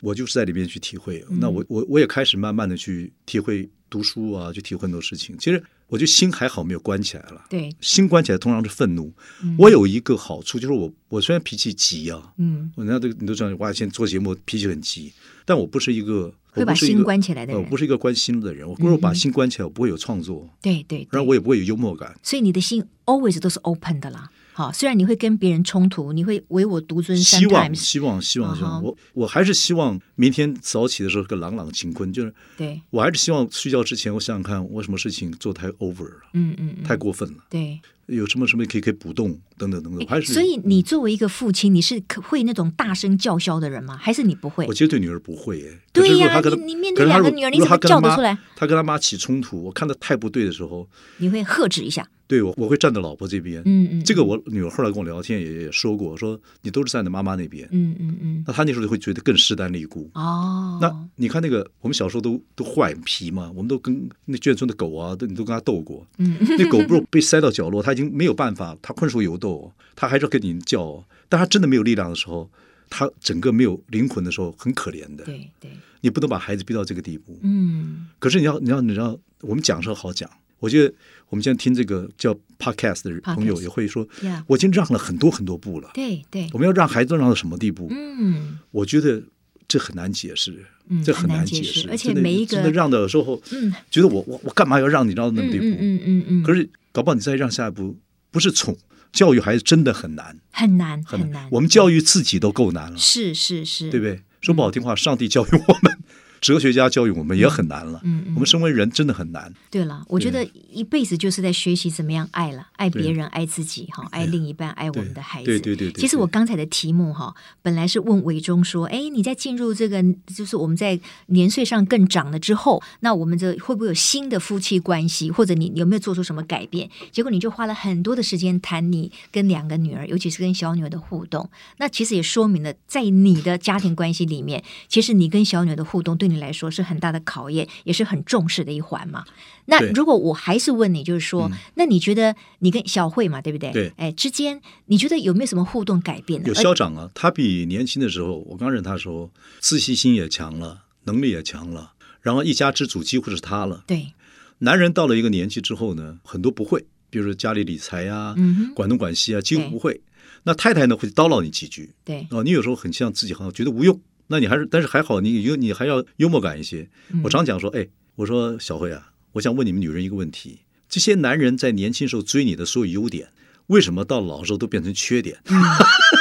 Speaker 2: 我就是在里面去体会。
Speaker 1: 嗯
Speaker 2: 那我我我也开始慢慢的去体会读书啊，去体会很多事情。其实我觉得心还好没有关起来了，
Speaker 1: 对，
Speaker 2: 心关起来通常是愤
Speaker 1: 嗯
Speaker 2: 怒。我有一个好处就是我我虽然脾气急啊，
Speaker 1: 嗯，
Speaker 2: 人家都你都知道，哇，现在做节目脾气很急，但我不是一个
Speaker 1: 会把心关起来的
Speaker 2: 呃，我
Speaker 1: 人，嗯
Speaker 2: 不是一个关心的人。我如果把心关起来，我不会有创作，
Speaker 1: 对对对
Speaker 2: 然后我也不会有幽默感。
Speaker 1: 所以你的心 always 都是 open 的啦。好，虽然你会跟别人冲突，你会唯我独尊
Speaker 2: 希望，
Speaker 1: ，sometimes
Speaker 2: 希望，希望，希
Speaker 1: 啊哈
Speaker 2: 望。我我还是希望明天早起的时候个朗朗乾坤，就是
Speaker 1: 对，
Speaker 2: 我还是希望睡觉之前，我想想看我什么事情做太 over 了，
Speaker 1: 嗯嗯嗯，
Speaker 2: 太过分了，
Speaker 1: 对。
Speaker 2: 有什么什么可以可以补洞等等等等。我还是
Speaker 1: 哎
Speaker 2: 嗯
Speaker 1: 所以你作为一个父亲，你是可会那种大声叫嚣的人吗？还是你不会
Speaker 2: 我？其实对女儿不会耶，
Speaker 1: 对
Speaker 2: 可是如果
Speaker 1: 呀
Speaker 2: 她跟她
Speaker 1: 你你面
Speaker 2: 可
Speaker 1: 对
Speaker 2: 是她
Speaker 1: 两个
Speaker 2: 如果
Speaker 1: 女儿你
Speaker 2: 如
Speaker 1: 怎么
Speaker 2: 果她跟
Speaker 1: 叫
Speaker 2: 她
Speaker 1: 得
Speaker 2: 妈
Speaker 1: 出来？
Speaker 2: 她跟她妈起冲突，我看她太不对的时候，
Speaker 1: 你会呵斥一下？
Speaker 2: 对我我会站在老婆这边。
Speaker 1: 嗯嗯，
Speaker 2: 这个我女儿后来跟我聊天也也说过，说你都是站在妈妈那边，
Speaker 1: 嗯嗯嗯，
Speaker 2: 那她那时候就会觉得更势单力孤。
Speaker 1: 哦，
Speaker 2: 那你看那个，我们小时候都都坏皮嘛，我们都跟那眷村的狗啊，都你都跟它斗过。
Speaker 1: 嗯，
Speaker 2: 那狗不是被塞到角落，它已经没有办法，它困兽犹斗，它还是跟你叫哦。但它真的没有力量的时候，它整个没有灵魂的时候，很可怜的。
Speaker 1: 对对，
Speaker 2: 你不能把孩子逼到这个地步。
Speaker 1: 嗯
Speaker 2: 可是你要你要你要，我们讲是好讲，我觉得我们现在听这个叫 podcast 的朋友
Speaker 1: Podcast
Speaker 2: 也会说
Speaker 1: Yeah
Speaker 2: 我已经让了很多很多步了。
Speaker 1: 对对，
Speaker 2: 我们要让孩子让到什么地步？
Speaker 1: 嗯
Speaker 2: 我觉得这很难解释，
Speaker 1: 嗯
Speaker 2: 这
Speaker 1: 很难
Speaker 2: 难
Speaker 1: 解释
Speaker 2: 释。
Speaker 1: 而且
Speaker 2: 真的
Speaker 1: 每一个
Speaker 2: 真的让到有时候，
Speaker 1: 嗯
Speaker 2: 觉得我我我干嘛要让你让到那
Speaker 1: 嗯
Speaker 2: 么地步？
Speaker 1: 嗯嗯嗯，
Speaker 2: 可
Speaker 1: 是
Speaker 2: 是搞不好你再让下一步，不是宠教育孩子真的很难，
Speaker 1: 很难
Speaker 2: 很
Speaker 1: 很难，
Speaker 2: 我们教育自己都够难了，
Speaker 1: 是是是，
Speaker 2: 对不对？说不好听话，上帝教育我们， 哲学家教育我们也很难了。
Speaker 1: 嗯嗯
Speaker 2: 我们身为人真的很难。
Speaker 1: 对了，我觉得
Speaker 2: 对
Speaker 1: 一辈子就是在学习怎么样爱了，爱别人，爱自己，哈，爱另一半，爱我们的孩子。
Speaker 2: 对对对对
Speaker 1: 其实
Speaker 2: 对
Speaker 1: 我呃刚才的题目哈，本来是问伟忠说，哎，你在进入这个，就是我们在年岁上更长了之后，那我们这会不会有新的夫妻关系，或者你你有没有做出什么改变？结果你就花了很多的时间谈你跟两个女儿，尤其是跟小女儿的互动。那其实也说明了，在你的家庭关系里面，其实你跟小女儿的互动对你来说是很大的考验，也是很重视的一环嘛。那
Speaker 2: 对
Speaker 1: 如果我还是问你，就是说，那你觉得你跟小慧嘛，对不对？
Speaker 2: 嗯对
Speaker 1: 哎，之间你觉得有没有什么互动改变呢？呃
Speaker 2: 有
Speaker 1: 而
Speaker 2: 校长啊，他比年轻的时候，我刚认他的时候，自信心也强了，能力也强了，然后一家之主几乎是他了。
Speaker 1: 对，
Speaker 2: 男人到了一个年纪之后呢，很多不会，比如说家里理财啊，
Speaker 1: 嗯哼，
Speaker 2: 管东管西啊，几
Speaker 1: 对
Speaker 2: 乎不会。那太太呢会叨唠你几句
Speaker 1: 对，
Speaker 2: 啊、你有时候很像自己好像觉得无用，那你还是但是还好你有你还要幽默感一些。我常讲说，哎，我说小慧啊，我想问你们女人一个问题：这些男人在年轻时候追你的所有优点，为什么到老时候都变成缺点？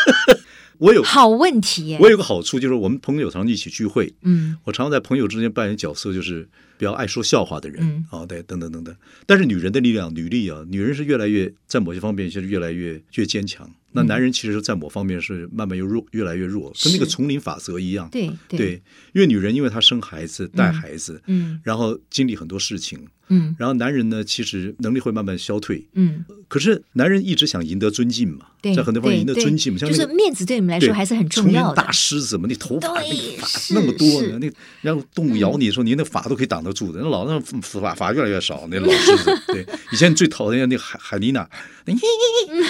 Speaker 2: 我有
Speaker 1: 嗯好问题耶，
Speaker 2: 我有个好处就是我们朋友常一起聚会，
Speaker 1: 嗯
Speaker 2: 我常常在朋友之间扮演角色，就是比较爱说笑话的人
Speaker 1: 嗯
Speaker 2: 啊、对，等等等等。但是女人的力量、女力啊，女人是越来越在某些方面是越来越越坚强，
Speaker 1: 嗯
Speaker 2: 那男人其实在某方面是慢慢又弱，越来越弱，跟那个
Speaker 1: 是
Speaker 2: 丛林法则一样。
Speaker 1: 对对，
Speaker 2: 因为女人因为她生孩子、带孩子，
Speaker 1: 嗯
Speaker 2: 然后经历很多事情，
Speaker 1: 嗯
Speaker 2: 然后男人呢，其实能力会慢慢消退。
Speaker 1: 嗯，
Speaker 2: 可是男人一直想赢得尊敬嘛，
Speaker 1: 对，
Speaker 2: 在很多方面赢得
Speaker 1: 对
Speaker 2: 尊敬嘛，
Speaker 1: 对
Speaker 2: 像
Speaker 1: 就
Speaker 2: 那
Speaker 1: 是
Speaker 2: 个
Speaker 1: 面子对你们来
Speaker 2: 对，
Speaker 1: 说还是很重要
Speaker 2: 丛林
Speaker 1: 的
Speaker 2: 大。狮子嘛，那头发
Speaker 1: 对
Speaker 2: 那个
Speaker 1: 是
Speaker 2: 发那么多
Speaker 1: 是嗯
Speaker 2: 呢，那然后动物咬你的时候，你那发都可以挡得住的。那老那发发越来越少，那老狮子。对，以前最讨厌那个海海丽娜，那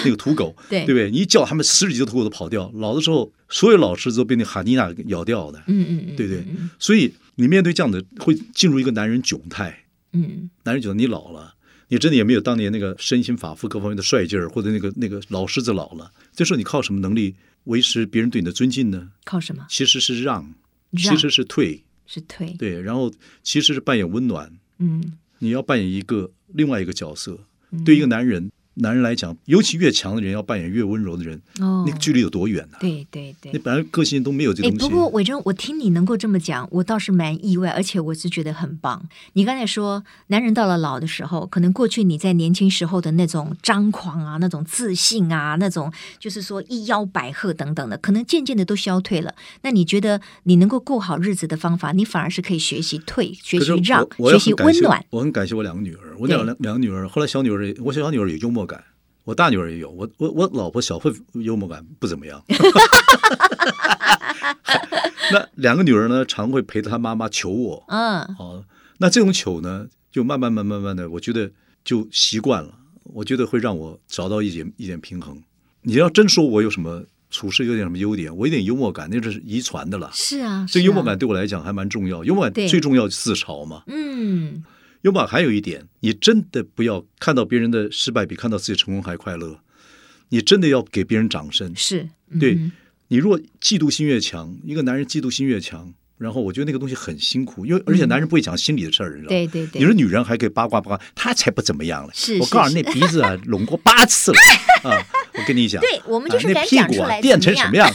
Speaker 2: 那个土狗，
Speaker 1: 嗯对
Speaker 2: 对不对？你一叫他们十几只土狗都跑掉，老的时候所有老狮子都被那海丽娜给咬掉的，
Speaker 1: 嗯嗯嗯，
Speaker 2: 对不对
Speaker 1: 嗯。
Speaker 2: 所以你面对这样的，会进入一个男人窘态。
Speaker 1: 嗯，
Speaker 2: 男人觉得你老了，你真的也没有当年那个身心法肤各方面的帅劲儿，或者那个那个老狮子老了，这时候你靠什么能力维持别人对你的尊敬呢？
Speaker 1: 靠什么？
Speaker 2: 其实是让，
Speaker 1: 让
Speaker 2: 其实是退，
Speaker 1: 是推，
Speaker 2: 对，然后其实是扮演温暖，
Speaker 1: 嗯
Speaker 2: 你要扮演一个另外一个角色。对一个男人，男人来讲，尤其越强的人要扮演越温柔的人，
Speaker 1: 哦
Speaker 2: 那，个距离有多远呢、
Speaker 1: 对对对
Speaker 2: 你。本来个性都没有这
Speaker 1: 哎，
Speaker 2: 东西。
Speaker 1: 不过伟忠，我听你能够这么讲，我倒是蛮意外，而且我是觉得很棒。你刚才说，男人到了老的时候，可能过去你在年轻时候的那种张狂啊、那种自信啊、那种就是说一腰百合等等的，可能渐渐的都消退了。那你觉得你能够过好日子的方法，你反而是可以学习退、学
Speaker 2: 可是
Speaker 1: 习
Speaker 2: 我
Speaker 1: 让、
Speaker 2: 我
Speaker 1: 学
Speaker 2: 也
Speaker 1: 习
Speaker 2: 很感
Speaker 1: 温
Speaker 2: 谢
Speaker 1: 暖。
Speaker 2: 我很感谢我两个女儿，我
Speaker 1: 对
Speaker 2: 两两两个女儿，后来小女儿也，我小女儿有幽默感，我大女儿也有，我我我老婆小慧幽默感不怎 么样。 那两个女儿呢，常会陪着她妈妈求我，
Speaker 1: 嗯，
Speaker 2: 哦，那这种糗呢，就慢慢慢慢慢的，我觉得就习惯了，我觉得会让我找到一点一点平衡。你要真说我有什么处事有点什么优点，我有点幽默感，那是遗传的了。
Speaker 1: 是啊，
Speaker 2: 所以
Speaker 1: 是
Speaker 2: 幽默
Speaker 1: 啊
Speaker 2: 感，对我来讲还蛮重要，幽默
Speaker 1: 对
Speaker 2: 感最重要是自嘲嘛。
Speaker 1: 嗯，
Speaker 2: 幽默感还有一点，你真的不要看到别人的失败比看到自己成功还快乐，你真的要给别人掌声。
Speaker 1: 是，嗯
Speaker 2: 对
Speaker 1: 哼
Speaker 2: 你若嫉妒心越强，一个男人嫉妒心越强，然后我觉得那个东西很辛苦，因为而且男人不会讲心里的事儿，你知道吗？
Speaker 1: 对对
Speaker 2: 你
Speaker 1: 对，
Speaker 2: 说女人还可以八卦八卦，她才不怎么样了。
Speaker 1: 是
Speaker 2: 我
Speaker 1: 是
Speaker 2: 告诉
Speaker 1: 是
Speaker 2: 你，那鼻子啊拢过 八次了啊！我跟你讲，
Speaker 1: 对我们就是
Speaker 2: 啊、那
Speaker 1: 敢
Speaker 2: 屁
Speaker 1: 讲
Speaker 2: 股
Speaker 1: 出
Speaker 2: 啊
Speaker 1: 来
Speaker 2: 垫
Speaker 1: 怎
Speaker 2: 成
Speaker 1: 么
Speaker 2: 什 么样？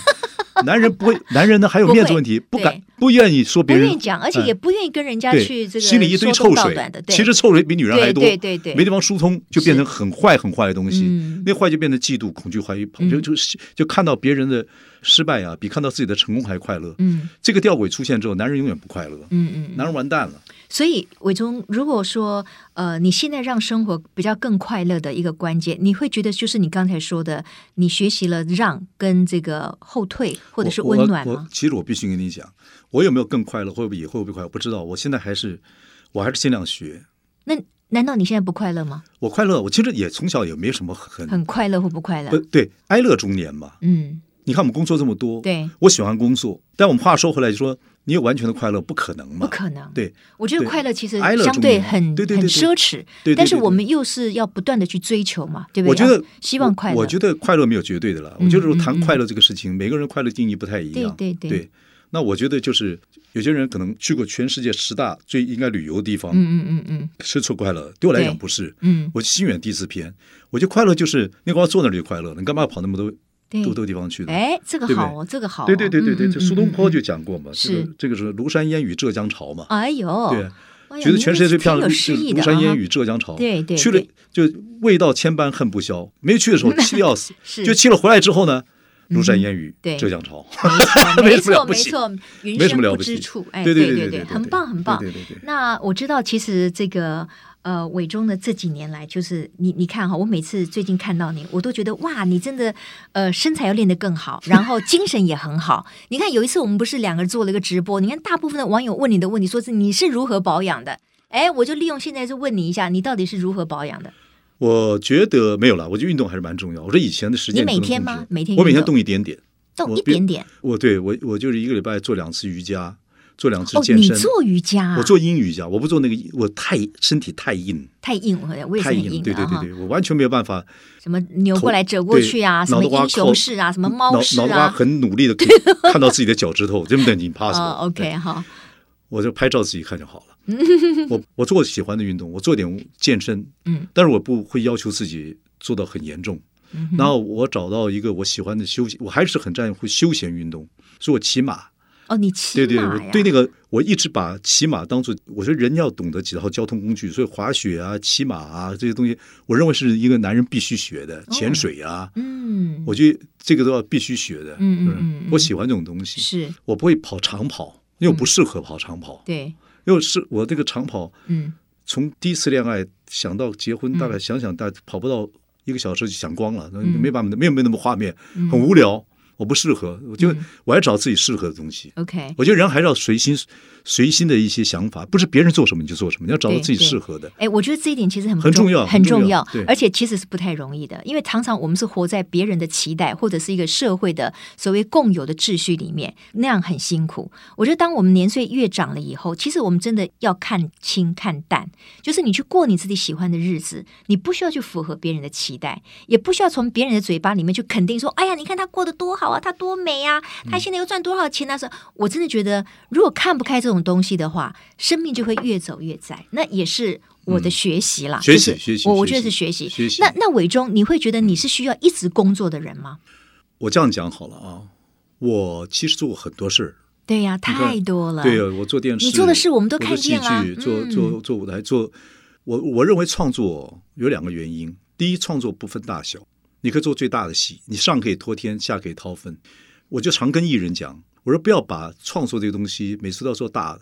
Speaker 2: 男人不会，男人呢还有
Speaker 1: 不
Speaker 2: 面子
Speaker 1: 会
Speaker 2: 问题，不
Speaker 1: 对
Speaker 2: 敢不愿意说
Speaker 1: 不
Speaker 2: 别人，
Speaker 1: 愿意讲，而且
Speaker 2: 嗯
Speaker 1: 也不愿意跟人家
Speaker 2: 对，
Speaker 1: 去这个
Speaker 2: 心里一堆
Speaker 1: 说
Speaker 2: 臭
Speaker 1: 中道
Speaker 2: 水
Speaker 1: 短的，，对
Speaker 2: 其实臭水比女人还
Speaker 1: 对
Speaker 2: 多，
Speaker 1: 对对对，
Speaker 2: 没地方疏通，就变成很坏很坏的东西
Speaker 1: 嗯。
Speaker 2: 那坏就变成嫉妒、恐惧、怀疑，就就是就看到别人的失败啊，比看到自己的成功还快乐。
Speaker 1: 嗯
Speaker 2: 这个吊诡出现之后，男人永远不快乐，
Speaker 1: 嗯嗯。
Speaker 2: 男人完蛋了。
Speaker 1: 所以，伟忠，如果说呃，你现在让生活比较更快乐的一个关键，你会觉得就是你刚才说的，你学习了让跟这个后退或者是
Speaker 2: 我我
Speaker 1: 温暖
Speaker 2: 我
Speaker 1: 吗？
Speaker 2: 其实我必须跟你讲，我有没有更快乐，会不会以后会不会快乐，我不知道。我现在还是，我还是尽量学。
Speaker 1: 那难道你现在不快乐吗？
Speaker 2: 我快乐，我其实也从小也没什么很
Speaker 1: 很快乐或不快
Speaker 2: 嗯不
Speaker 1: 乐？
Speaker 2: 对哀乐中年嘛。
Speaker 1: 嗯，
Speaker 2: 你看我们工作这么多，
Speaker 1: 对，
Speaker 2: 我喜欢工作，但我们话说回来就说，你有完全的快乐不可能嘛？
Speaker 1: 不可能。
Speaker 2: 对
Speaker 1: 我觉得
Speaker 2: 对
Speaker 1: 快乐其实
Speaker 2: 哀乐
Speaker 1: 相
Speaker 2: 中
Speaker 1: 对
Speaker 2: 年
Speaker 1: 很
Speaker 2: 对对对
Speaker 1: 很
Speaker 2: 对
Speaker 1: 奢侈
Speaker 2: 对对，
Speaker 1: 但是
Speaker 2: 对
Speaker 1: 我们又是要不断的去追求嘛，对不对？
Speaker 2: 我觉得
Speaker 1: 要希望快乐，
Speaker 2: 我。我觉得快乐没有绝对的啦。
Speaker 1: 嗯
Speaker 2: 我觉得如
Speaker 1: 嗯
Speaker 2: 果谈
Speaker 1: 嗯
Speaker 2: 快乐这个事情，每个人快乐定义不太一样。
Speaker 1: 对对对
Speaker 2: 那我觉得就是有些人可能去过全世界十大最应该旅游的地方，
Speaker 1: 嗯嗯嗯嗯
Speaker 2: 吃出快乐。对我来
Speaker 1: 对
Speaker 2: 讲不是，
Speaker 1: 嗯，
Speaker 2: 我心远地自偏。我觉得快乐就是你光坐那里就快乐了，你干嘛要跑那么多
Speaker 1: 对
Speaker 2: 多。多地方去呢？
Speaker 1: 嗯哎，这个
Speaker 2: 对不对
Speaker 1: 好哦，这个好哦。
Speaker 2: 对对对对对，
Speaker 1: 嗯
Speaker 2: 这苏东
Speaker 1: 嗯
Speaker 2: 坡。
Speaker 1: 嗯嗯
Speaker 2: 就讲过嘛，这
Speaker 1: 是
Speaker 2: 个这个是庐山烟雨浙江潮嘛，
Speaker 1: 哎呦，
Speaker 2: 对。啊
Speaker 1: 哎呀
Speaker 2: 觉得
Speaker 1: 你
Speaker 2: 全
Speaker 1: 那
Speaker 2: 世界
Speaker 1: 是
Speaker 2: 最漂
Speaker 1: 挺有
Speaker 2: 亮的
Speaker 1: 诗
Speaker 2: 就是
Speaker 1: 意的
Speaker 2: 庐山烟
Speaker 1: 啊
Speaker 2: 雨、浙江潮，
Speaker 1: 对对
Speaker 2: 去了
Speaker 1: 对
Speaker 2: 就味道千般恨不消。没去的 时候气得要死，
Speaker 1: 是
Speaker 2: 就去了回来之后呢，庐山
Speaker 1: 嗯
Speaker 2: 烟雨，
Speaker 1: 对
Speaker 2: 浙江潮，
Speaker 1: 哈没
Speaker 2: 没什么
Speaker 1: 错
Speaker 2: 了
Speaker 1: 没
Speaker 2: 不起
Speaker 1: 错，云
Speaker 2: 没什
Speaker 1: 深
Speaker 2: 么了
Speaker 1: 不
Speaker 2: 不
Speaker 1: 知
Speaker 2: 起
Speaker 1: 处，哎，
Speaker 2: 对对
Speaker 1: 对
Speaker 2: 对对对
Speaker 1: 很棒很棒
Speaker 2: 对。对对对
Speaker 1: 那我知道，其实这个呃，伟忠的这几年来，就是你你看哈，我每次最近看到你，我都觉得哇，你真的呃身材要练得更好，然后精神也很好。你看有一次我们不是两个人做了一个直播，你看大部分的网友问你的问题，说是你是如何保养的。哎，我就利用现在就问你一下，你到底是如何保养的？
Speaker 2: 我觉得没有了，我觉得运动还是蛮重要。我说以前的时间
Speaker 1: 你每
Speaker 2: 不能
Speaker 1: 天
Speaker 2: 控制
Speaker 1: 吗每天
Speaker 2: 我每
Speaker 1: 运
Speaker 2: 天
Speaker 1: 动
Speaker 2: 动一点点。
Speaker 1: 到
Speaker 2: 我
Speaker 1: 一
Speaker 2: 比
Speaker 1: 点点
Speaker 2: 我对我我就是一个礼拜做两次瑜伽，做两次
Speaker 1: 哦，
Speaker 2: 健
Speaker 1: 你
Speaker 2: 身。
Speaker 1: 做瑜伽、啊，
Speaker 2: 我做阴瑜伽，我不做那个，我太身体太硬，
Speaker 1: 太硬，我我也是
Speaker 2: 太
Speaker 1: 很
Speaker 2: 硬了，
Speaker 1: 硬
Speaker 2: 对
Speaker 1: 的啊
Speaker 2: 对
Speaker 1: 哈
Speaker 2: 对。对，我完全没有办法。
Speaker 1: 什么扭过来折过去啊，
Speaker 2: 对
Speaker 1: 什么
Speaker 2: 脑袋瓜
Speaker 1: 英雄式啊，什么猫
Speaker 2: 脑
Speaker 1: 式
Speaker 2: 脑瓜
Speaker 1: 啊。
Speaker 2: 很努力 的可以看到自己的脚趾头，真的 impossible。
Speaker 1: 哦，OK 哈，
Speaker 2: 我就拍照自己看就好了。 我我做喜欢的运动，我做点健身，
Speaker 1: 嗯，
Speaker 2: 但是我不会要求自己做到很严重。然后我找到一个我喜欢的休闲，我还是很在乎休闲运动，所以我骑马。
Speaker 1: 哦，你骑
Speaker 2: 对对，
Speaker 1: 马
Speaker 2: 我
Speaker 1: 呀？
Speaker 2: 对那个我一直把骑马当做，我觉得人要懂得几套交通工具，所以滑雪啊、骑马啊这些东西，我认为是一个男人必须学
Speaker 1: 哦
Speaker 2: 的，潜水啊，
Speaker 1: 嗯，
Speaker 2: 我觉得这个都要必须学的。
Speaker 1: 嗯嗯
Speaker 2: 是不是
Speaker 1: 嗯嗯
Speaker 2: 我喜欢这种东西。
Speaker 1: 是嗯
Speaker 2: 我不会跑长跑，因为我不适合跑长跑，
Speaker 1: 对，
Speaker 2: 因为是我这个长跑
Speaker 1: 嗯，
Speaker 2: 从第一次恋爱想到结婚，大概想想大概跑不到一个小时就想光了，
Speaker 1: 嗯
Speaker 2: 没办法，没有没有那么画面，很无聊，我不适合，我就、
Speaker 1: 嗯
Speaker 2: 我还找自己适合的东西。
Speaker 1: OK。
Speaker 2: 我觉得人还是要随心随心的一些想法，不是别人做什么你就做什么，你要找到
Speaker 1: 对
Speaker 2: 自己
Speaker 1: 对
Speaker 2: 适合的。
Speaker 1: 哎，我觉得这一点其实很不
Speaker 2: 很重要
Speaker 1: 很
Speaker 2: 很重
Speaker 1: 重
Speaker 2: 要对
Speaker 1: 而且其实是不太容易的，因为常常我们是活在别人的期待或者是一个社会的所谓共有的秩序里面，那样很辛苦。我觉得当我们年岁越长了以后，其实我们真的要看清看淡，就是你去过你自己喜欢的日子，你不需要去符合别人的期待，也不需要从别人的嘴巴里面去肯定说，哎呀，你看他过得多好啊，他多美啊，
Speaker 2: 嗯
Speaker 1: 他现在又赚多少钱啊？说、我真的觉得，如果看不开这种东西的话，生命就会越走越窄。那也是我的学习啦，
Speaker 2: 嗯学习
Speaker 1: 就是
Speaker 2: 学习
Speaker 1: 啊我
Speaker 2: 学习
Speaker 1: 我觉得是学习。
Speaker 2: 学习嗯
Speaker 1: 那那伟忠，你会觉得你是需要一直工作的人吗？
Speaker 2: 我这样讲好了啊，我其实做过很多事儿，
Speaker 1: 对呀、
Speaker 2: 看
Speaker 1: 太多了。
Speaker 2: 对，啊我做电
Speaker 1: 啊
Speaker 2: 视，
Speaker 1: 你做的事我们都看见了
Speaker 2: 我做戏剧，做
Speaker 1: 嗯
Speaker 2: 做做舞台，做我我认为创作有两个原因：第一，创作不分大小，你可以做最大的戏，你上可以托天，下可以掏分。我就常跟艺人讲，我说不要把创作这个东西每次都要做大的，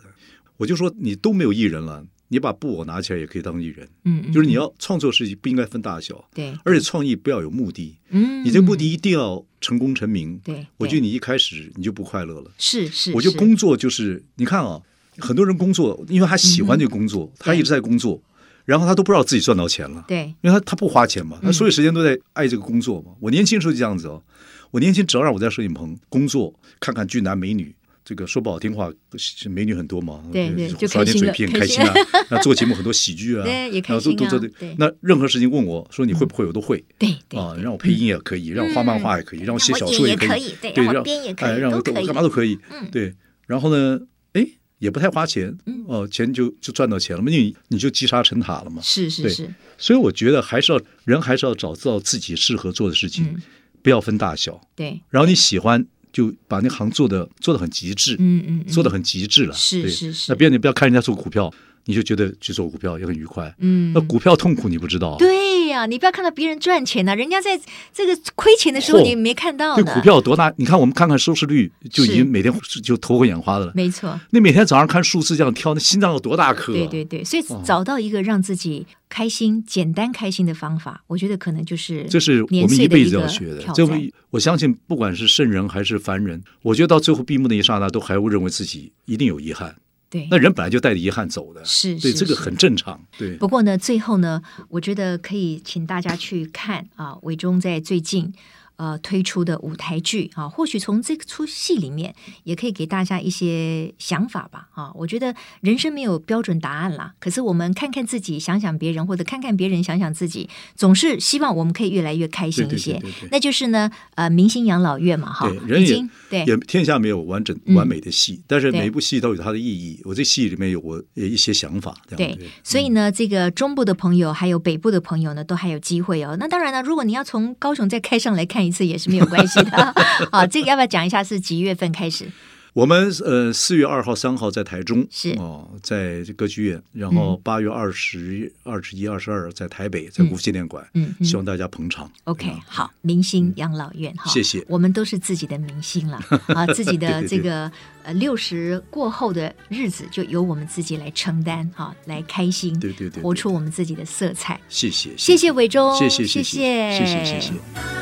Speaker 2: 我就说你都没有艺人了，你把布偶拿起来也可以当艺人，
Speaker 1: 嗯，嗯，
Speaker 2: 就是你要创作是不应该分大小，
Speaker 1: 对，
Speaker 2: 而且创意不要有目的，
Speaker 1: 嗯，
Speaker 2: 你这目的一定要成功成名。
Speaker 1: 对，
Speaker 2: 我觉得
Speaker 1: 对
Speaker 2: 你一开始你就不快乐了。
Speaker 1: 是是，
Speaker 2: 我就是工作就是，你看啊，很多人工作，因为他喜
Speaker 1: 嗯
Speaker 2: 欢这个工作，他一直在工作，然后他都不知道自己赚到钱了，
Speaker 1: 对嗯
Speaker 2: 因为他他不花钱嘛，他所有时间都在爱这个工作嘛。我年轻时候就这样子哦，我年轻只要让我在摄影棚工作，看看俊男美女。这个说不好听话，是美女很多嘛，
Speaker 1: 对对就
Speaker 2: 耍
Speaker 1: 开
Speaker 2: 点
Speaker 1: 心
Speaker 2: 嘴
Speaker 1: 了
Speaker 2: 皮很
Speaker 1: 开
Speaker 2: 开
Speaker 1: 心
Speaker 2: 心啊。那做节目很多喜剧啊，
Speaker 1: 对也开
Speaker 2: 然后都
Speaker 1: 心
Speaker 2: 都
Speaker 1: 啊
Speaker 2: 这
Speaker 1: 对
Speaker 2: 那任何事情问我说你会不会，我都会
Speaker 1: 对对嗯
Speaker 2: 啊。让我配音也可以，让我画漫画也可以，让我写小
Speaker 3: 让
Speaker 2: 说可
Speaker 3: 我演也可以对
Speaker 2: 对，
Speaker 3: 让我
Speaker 2: 让
Speaker 3: 编也可以
Speaker 2: 哎，让我
Speaker 3: 都可以
Speaker 2: 我干嘛都可以
Speaker 3: 嗯。
Speaker 2: 对，然后呢，哎，也不太花钱，哦，钱就就赚到钱了嘛，因为你你就积沙成塔了嘛。
Speaker 1: 是是
Speaker 2: 对
Speaker 1: 是，
Speaker 2: 所以我觉得还是要人还是要找到自己适合做的事情
Speaker 1: 嗯，
Speaker 2: 不要分大小。
Speaker 1: 对，
Speaker 2: 然后你喜欢就把那行做的做的很极致，
Speaker 1: 嗯嗯，嗯
Speaker 2: 做的很极致了。
Speaker 1: 是
Speaker 2: 对
Speaker 1: 是是
Speaker 2: 那别人你不要看人家做股票，你就觉得去做股票也很愉快。
Speaker 1: 嗯
Speaker 2: 那股票痛苦你不知道啊，
Speaker 1: 对呀、你不要看到别人赚钱呐、人家在这个亏钱的时候，
Speaker 2: 嚯
Speaker 1: 你没看到
Speaker 2: 对
Speaker 1: 呢。
Speaker 2: 股票有多大？你看我们看看收视率，就已
Speaker 1: 是
Speaker 2: 经每天就头昏眼花的了。
Speaker 1: 没错，
Speaker 2: 那每天早上看数字这样挑，那心脏有多大颗、啊？
Speaker 1: 对对对，所以找到一个让自己开心、简单开心的方法，我觉得可能就是
Speaker 2: 这是我
Speaker 1: 年
Speaker 2: 们
Speaker 1: 岁
Speaker 2: 一
Speaker 1: 的
Speaker 2: 辈子
Speaker 1: 个
Speaker 2: 要学的
Speaker 1: 挑。
Speaker 2: 这
Speaker 1: 战
Speaker 2: 我我相信，不管是圣人还是凡人，我觉得到最后闭幕那一刹那，都还会认为自己一定有遗憾。
Speaker 1: 对
Speaker 2: 那人本来就带着遗憾走的，
Speaker 1: 是
Speaker 2: 对
Speaker 1: 是
Speaker 2: 这个
Speaker 1: 是
Speaker 2: 很正常。对，
Speaker 1: 不过呢，最后呢，我觉得可以请大家去看啊，伟忠在最近。呃，推出的舞台剧啊，或许从这出戏里面也可以给大家一些想法吧啊。我觉得人生没有标准答案啦，可是我们看看自己，想想别人，或者看看别人，想想自己，总是希望我们可以越来越开心一些。
Speaker 2: 对对对对对
Speaker 1: 那就是呢，呃，明星养老院嘛，哈，
Speaker 2: 对，人
Speaker 1: 已经对
Speaker 2: 也也天下没有完整
Speaker 1: 嗯
Speaker 2: 完美的戏，但是
Speaker 1: 对
Speaker 2: 每一部戏都有它的意义。我这戏里面有我呃一些想法，这样嗯
Speaker 1: 对，所以呢，这个中部的朋友还有北部的朋友呢，都还有机会哦。那当然了，如果你要从高雄再开上来看一次也是没有关系 的。 好，这个要不要讲一下是几月份开始？
Speaker 2: 我们呃四月二号、三号在台中
Speaker 1: 是嗯
Speaker 2: 哦，在这歌剧院，然后八月二十、二十一、二十二在台北，在国父纪念馆，
Speaker 1: 嗯嗯
Speaker 2: 希望大家捧场。
Speaker 1: OK，
Speaker 2: 对吧
Speaker 1: 好，明星养老院哈，
Speaker 2: 嗯谢谢
Speaker 1: 我们都是自己的明星 了啊，自己的
Speaker 2: 对对
Speaker 1: 这
Speaker 2: 对
Speaker 1: 个呃六十过后的日子就由我们自己来承担哈、来开心，
Speaker 2: 对对对对
Speaker 1: 活出我们自己的色彩。
Speaker 2: 谢谢，
Speaker 1: 谢谢伟忠，
Speaker 2: 谢谢，
Speaker 1: 谢
Speaker 2: 谢谢，谢谢，谢谢。